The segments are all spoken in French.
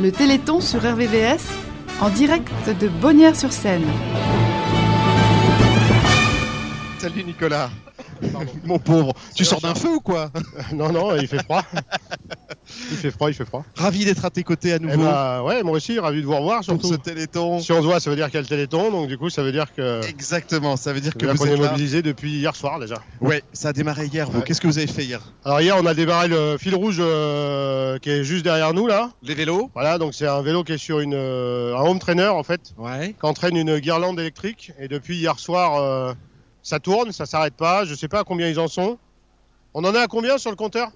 le Téléthon sur RVVS, en direct de Bonnières-sur-Seine. Salut Nicolas. Mon pauvre, tu sors d'un feu ou quoi Non, non, il fait froid. Il fait froid, il fait froid. Ravi d'être à tes côtés à Eh nouveau ben, ouais, moi aussi, ravi de vous revoir pour surtout. ce téléthon. Si on se voit, ça veut dire qu'il y a le téléthon, donc du coup, ça veut dire que Exactement, ça veut dire que là, vous qu'on est êtes là. mobilisé depuis hier soir déjà. Ouais, ça a démarré hier. vous. Ouais. Qu'est-ce que vous avez fait hier Alors hier, on a démarré le fil rouge euh, qui est juste derrière nous là. Les vélos Voilà, donc c'est un vélo qui est sur une, euh, un home trainer en fait, Ouais. qui entraîne une guirlande électrique. Et depuis hier soir, euh, ça tourne, ça s'arrête pas. Je sais pas à combien ils en sont. On en est à combien sur le compteur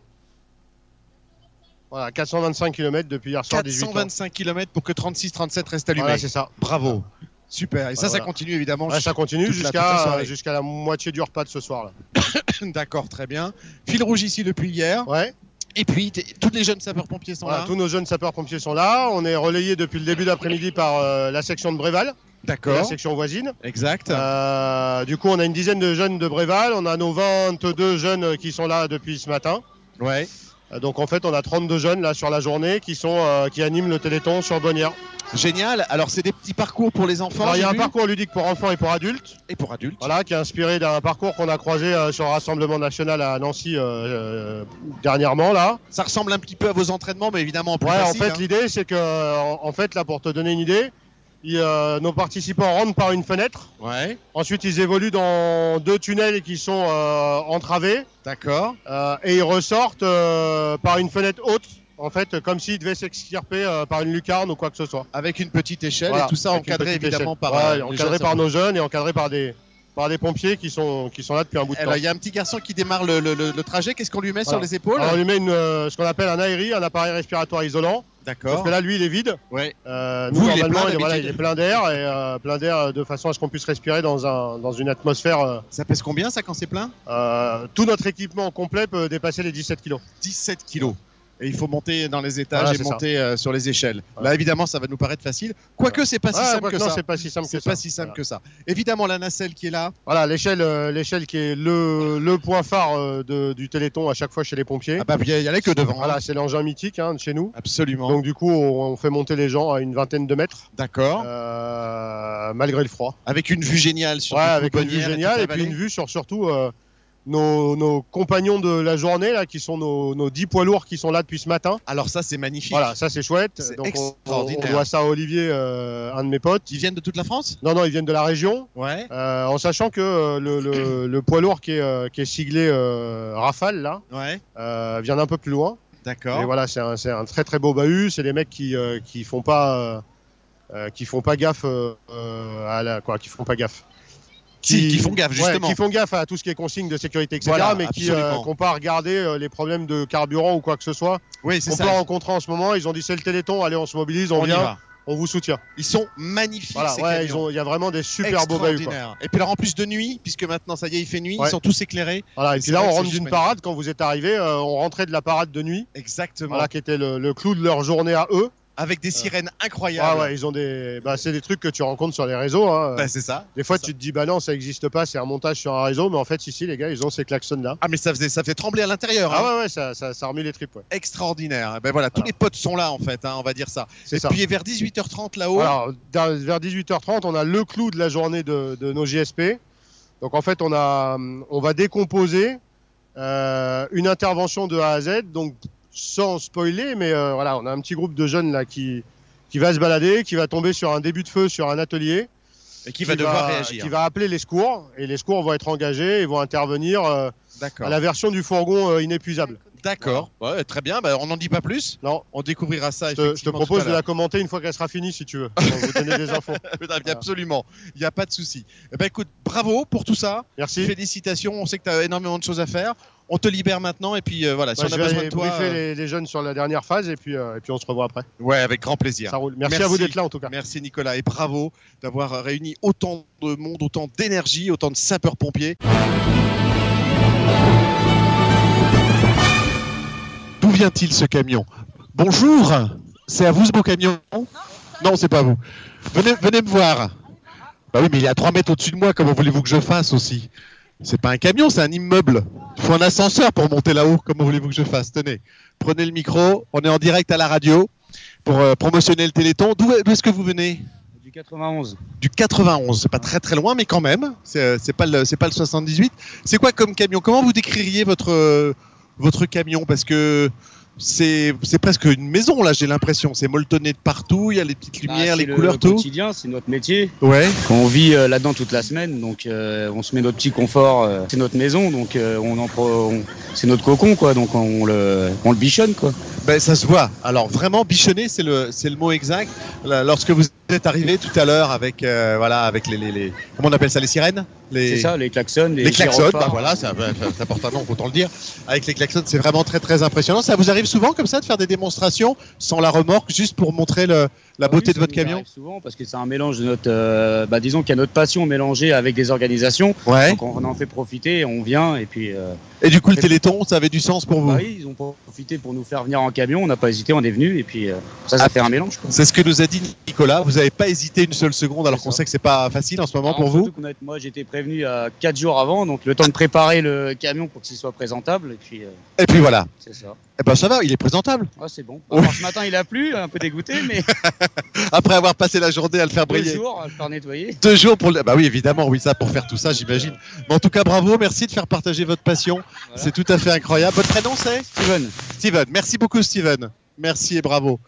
Voilà, 425 km depuis hier soir, 18 ans. 425 km pour que 36-37 restent allumés. Voilà, c'est ça. Bravo. Super. Et ça, Bah, ça voilà. continue évidemment. Ouais, ça continue toute la- toute la jusqu'à soirée. euh, jusqu'à la moitié du repas de ce soir. Là. D'accord, très bien. Fil rouge ici depuis hier. Ouais. Et puis, t'es- tous les jeunes sapeurs-pompiers sont Voilà, là. tous nos jeunes sapeurs-pompiers sont là. On est relayé depuis le début d'après-midi par euh, la section de Bréval, et la D'accord. section voisine. Exact. Euh, du coup, on a une dizaine de jeunes de Bréval. On a nos 22 jeunes euh, qui sont là depuis ce matin. Ouais. Euh, Donc en fait, on a 32 jeunes là sur la journée qui sont euh, qui animent le Téléthon sur Bonnières. Génial. Alors, c'est des petits parcours pour les enfants. Alors, il y j'ai a un vu. parcours ludique pour enfants et pour adultes, Et pour adultes. voilà, qui est inspiré d'un parcours qu'on a croisé euh, sur le Rassemblement National à Nancy euh, euh, dernièrement là. Ça ressemble un petit peu à vos entraînements, mais évidemment plus Ouais, facile, en fait, hein. l'idée, c'est que, euh, en en fait, là, pour te donner une idée, il- euh, nos participants rentrent par une fenêtre. Ouais, Ensuite, ils évoluent dans deux tunnels qui sont euh, entravés d'accord. euh, et ils ressortent euh, par une fenêtre haute. En fait, comme s'ils devaient s'extirper euh, par une lucarne ou quoi que ce soit. Avec une petite échelle Voilà, et tout ça avec une encadré petite évidemment échelle. par. Ouais, euh, les encadré jeunes par sapeurs. nos jeunes et encadré par des par des pompiers qui sont qui sont là depuis un bout de temps. Alors, Eh ben, il y a un petit garçon qui démarre le, le- le- le trajet. Qu'est-ce qu'on lui met sur Voilà. les épaules Alors, on lui met une, euh, ce qu'on appelle un aéri, un appareil respiratoire isolant. Parce D'accord. que là, lui, il est vide. Ouais. Euh, Vous, nous, il est normalement, plein il est, voilà, il d'habitude. est plein d'air et euh, plein d'air euh, de façon à ce qu'on puisse respirer dans, un, dans une atmosphère. euh, Ça pèse combien ça quand c'est plein euh, tout notre équipement complet peut dépasser les 17 kilos. 17 kilos. Et il faut monter dans les étages Voilà, et c'est ça. monter euh, sur les échelles. Voilà. Là, évidemment, ça va nous paraître facile. Quoique, c'est pas si Ouais, simple quoique que non, ça. c'est pas si simple que C'est ça. pas si simple Voilà. que ça. Évidemment, la nacelle qui est là. Voilà, l'échelle, euh, l'échelle qui est le, le point phare euh, de- du Téléthon à chaque fois chez les pompiers. Ah bah, il y a- il y en a que devant. hein. Voilà, c'est l'engin mythique hein, de chez nous. Absolument. Donc du coup, on, on fait monter les gens à une vingtaine de mètres, D'accord. euh, malgré le froid. Avec une vue géniale sur Ouais, toute avec une vue Bonnières et toute géniale la et puis vallée. une vue sur surtout euh, nos, nos compagnons de la journée là, qui sont nos, nos 10 poids lourds qui sont là depuis ce matin. Alors ça, c'est magnifique. Voilà, ça c'est chouette. C'est Donc on- on, extraordinaire. on doit ça à Olivier, euh, un de mes potes. Ils viennent de toute la France Non, non, ils viennent de la région, Ouais. euh, en sachant que euh, le, le- le poids lourd qui est, euh, qui est siglé euh, Rafale là Ouais. euh, vient d'un peu plus loin. D'accord. Et voilà, c'est un, c'est un très très beau bahut. C'est des mecs qui euh, qui font pas euh, euh, qui font pas gaffe euh, euh, à la quoi, qui font pas gaffe. Si, qui font gaffe, Ouais, justement. qui font gaffe à tout ce qui est consigne de sécurité, etc. Voilà, mais qui euh, absolument. qu'on pas regardé euh, les problèmes de carburant ou quoi que ce soit. Oui, c'est On ça. peut en rencontrer en ce moment. Ils ont dit c'est le Téléthon, allez, on se mobilise, on, On y vient, va. on vous soutient. Ils sont magnifiques. Voilà, ces ouais, ils camions. ont, il y a vraiment des super beaux bahuts. quoi. Extraordinaires. Et puis alors en plus de nuit, puisque maintenant ça y est, il fait nuit, Ouais. ils sont tous éclairés. Voilà, et Et puis c'est là, vrai on que c'est rentre juste d'une magnifique. parade. Quand vous êtes arrivé, on rentrait de la parade de nuit. Exactement. Voilà, qui était le, le clou de leur journée à eux. Avec des sirènes Ah incroyables. ouais, ils ont des, bah, c'est des trucs que tu rencontres sur les réseaux. hein. Bah, c'est ça. des fois, c'est tu te dis, bah non, ça n'existe pas, c'est un montage sur un réseau, mais en fait, si, si, les gars, ils ont ces klaxons-là. Ah mais ça faisait ça fait trembler à l'intérieur. Ah hein. ouais, ouais, ça, ça, ça remue les tripes, ouais. Extraordinaire. Ben voilà, tous Voilà. les potes sont là en fait, hein, on va dire ça. C'est et ça. puis oh. vers 18h30 là-haut. Alors, da- vers 18h30, on a le clou de la journée de, de nos JSP. Donc, en fait, on, a, hum, on va décomposer euh, une intervention de A à Z. Donc, sans spoiler, mais euh, voilà, on a un petit groupe de jeunes là qui, qui va se balader, qui va tomber sur un début de feu sur un atelier. et qui, va devoir réagir. Qui va appeler les secours. Et les secours vont être engagés et vont intervenir euh, à D'accord. la version du fourgon euh, inépuisable. D'accord. Ouais, très bien. Ben, on n'en dit pas plus. Non, On découvrira ça. je te, je te effectivement, tout propose à de la commenter une fois qu'elle sera finie si tu veux. Pour vous donner des infos. l'heure. Absolument. Il n'y a pas de souci. Eh ben écoute, bravo pour tout ça. Merci. Félicitations, on sait que tu as énormément de choses à faire. On te libère maintenant et puis euh, voilà, si Moi, on a Bah, je vais besoin aller de toi. briefer euh, les, les jeunes sur la dernière phase et puis, euh, et puis on se revoit après. Ouais, avec grand plaisir. Ça roule. Merci, à Merci. vous d'être là en tout cas. Merci Nicolas et bravo d'avoir réuni autant de monde, autant d'énergie, autant de sapeurs-pompiers. D'où vient-il ce camion Bonjour C'est à vous ce beau camion Non, c'est pas à vous. Venez, venez me voir. Bah oui, mais il est à 3 mètres au-dessus de moi, comment voulez-vous que je fasse aussi C'est pas un camion, c'est un immeuble. Il faut un ascenseur pour monter là-haut, comment voulez-vous que je fasse Tenez, prenez le micro, on est en direct à la radio. pour euh, promotionner le Téléthon. D'où d'où est-ce que vous venez Du 91. Du 91. C'est pas très très loin, mais quand même. C'est euh, c'est pas le c'est pas le 78. C'est quoi comme camion Comment vous décririez votre euh, votre camion Parce que c'est c'est presque une maison là. J'ai l'impression. C'est molletonné de partout. Il y a les petites Bah, lumières, c'est les le couleurs, tout. quotidien, c'est notre métier. Ouais. On vit euh, là-dedans toute la semaine, donc euh, on se met notre petit confort. euh, c'est notre maison, donc euh, on en pro- on- c'est notre cocon, quoi. Donc on le, on le bichonne, quoi. Ben, ça se voit. Alors vraiment bichonné, c'est le c'est le mot exact. Là, Lorsque vous êtes arrivé tout à l'heure avec euh, voilà avec les, les, les- comment on appelle ça les sirènes les C'est ça, les klaxons, les, les klaxons. gyrophares. Bah voilà, ça, ça, ça, ça porte un nom, autant le dire. Avec les klaxons, c'est vraiment très très impressionnant. Ça vous arrive souvent comme ça de faire des démonstrations sans la remorque, juste pour montrer le- la Ah beauté oui, de ça votre nous camion arrive Souvent, parce que c'est un mélange de notre, euh, bah, disons qu'il y a notre passion mélangée avec des organisations. Ouais. Donc on en fait profiter, on vient et puis. euh, Et du coup, le Téléthon, ça avait du sens pour vous bah oui, ils ont profité pour nous faire venir en camion. On n'a pas hésité, on est venu et puis euh, ça, ça Ah. fait un mélange. Quoi. C'est ce que nous a dit Nicolas. Vous n'avez pas hésité une seule seconde, alors C'est qu'on ça. sait que c'est pas facile en ce moment Alors, pour surtout vous. qu'on a- Moi, j'étais prévenu à 4 jours avant, donc le temps de préparer le camion pour qu'il soit présentable. Et puis, euh, Et puis voilà. c'est ça. Eh ben ça va, il est présentable. Ah, c'est bon. Oui. Alors, ce matin, il a plu, un peu dégoûté, mais Après avoir passé la journée à le faire deux briller. jours à le faire nettoyer. Deux jours pour le... Bah oui, évidemment, oui, ça, pour faire tout ça, j'imagine. Mais en tout cas, bravo, merci de faire partager votre passion. Voilà. C'est tout à fait incroyable. Votre prénom, c'est Steven, Steven, merci beaucoup Steven. Merci et bravo.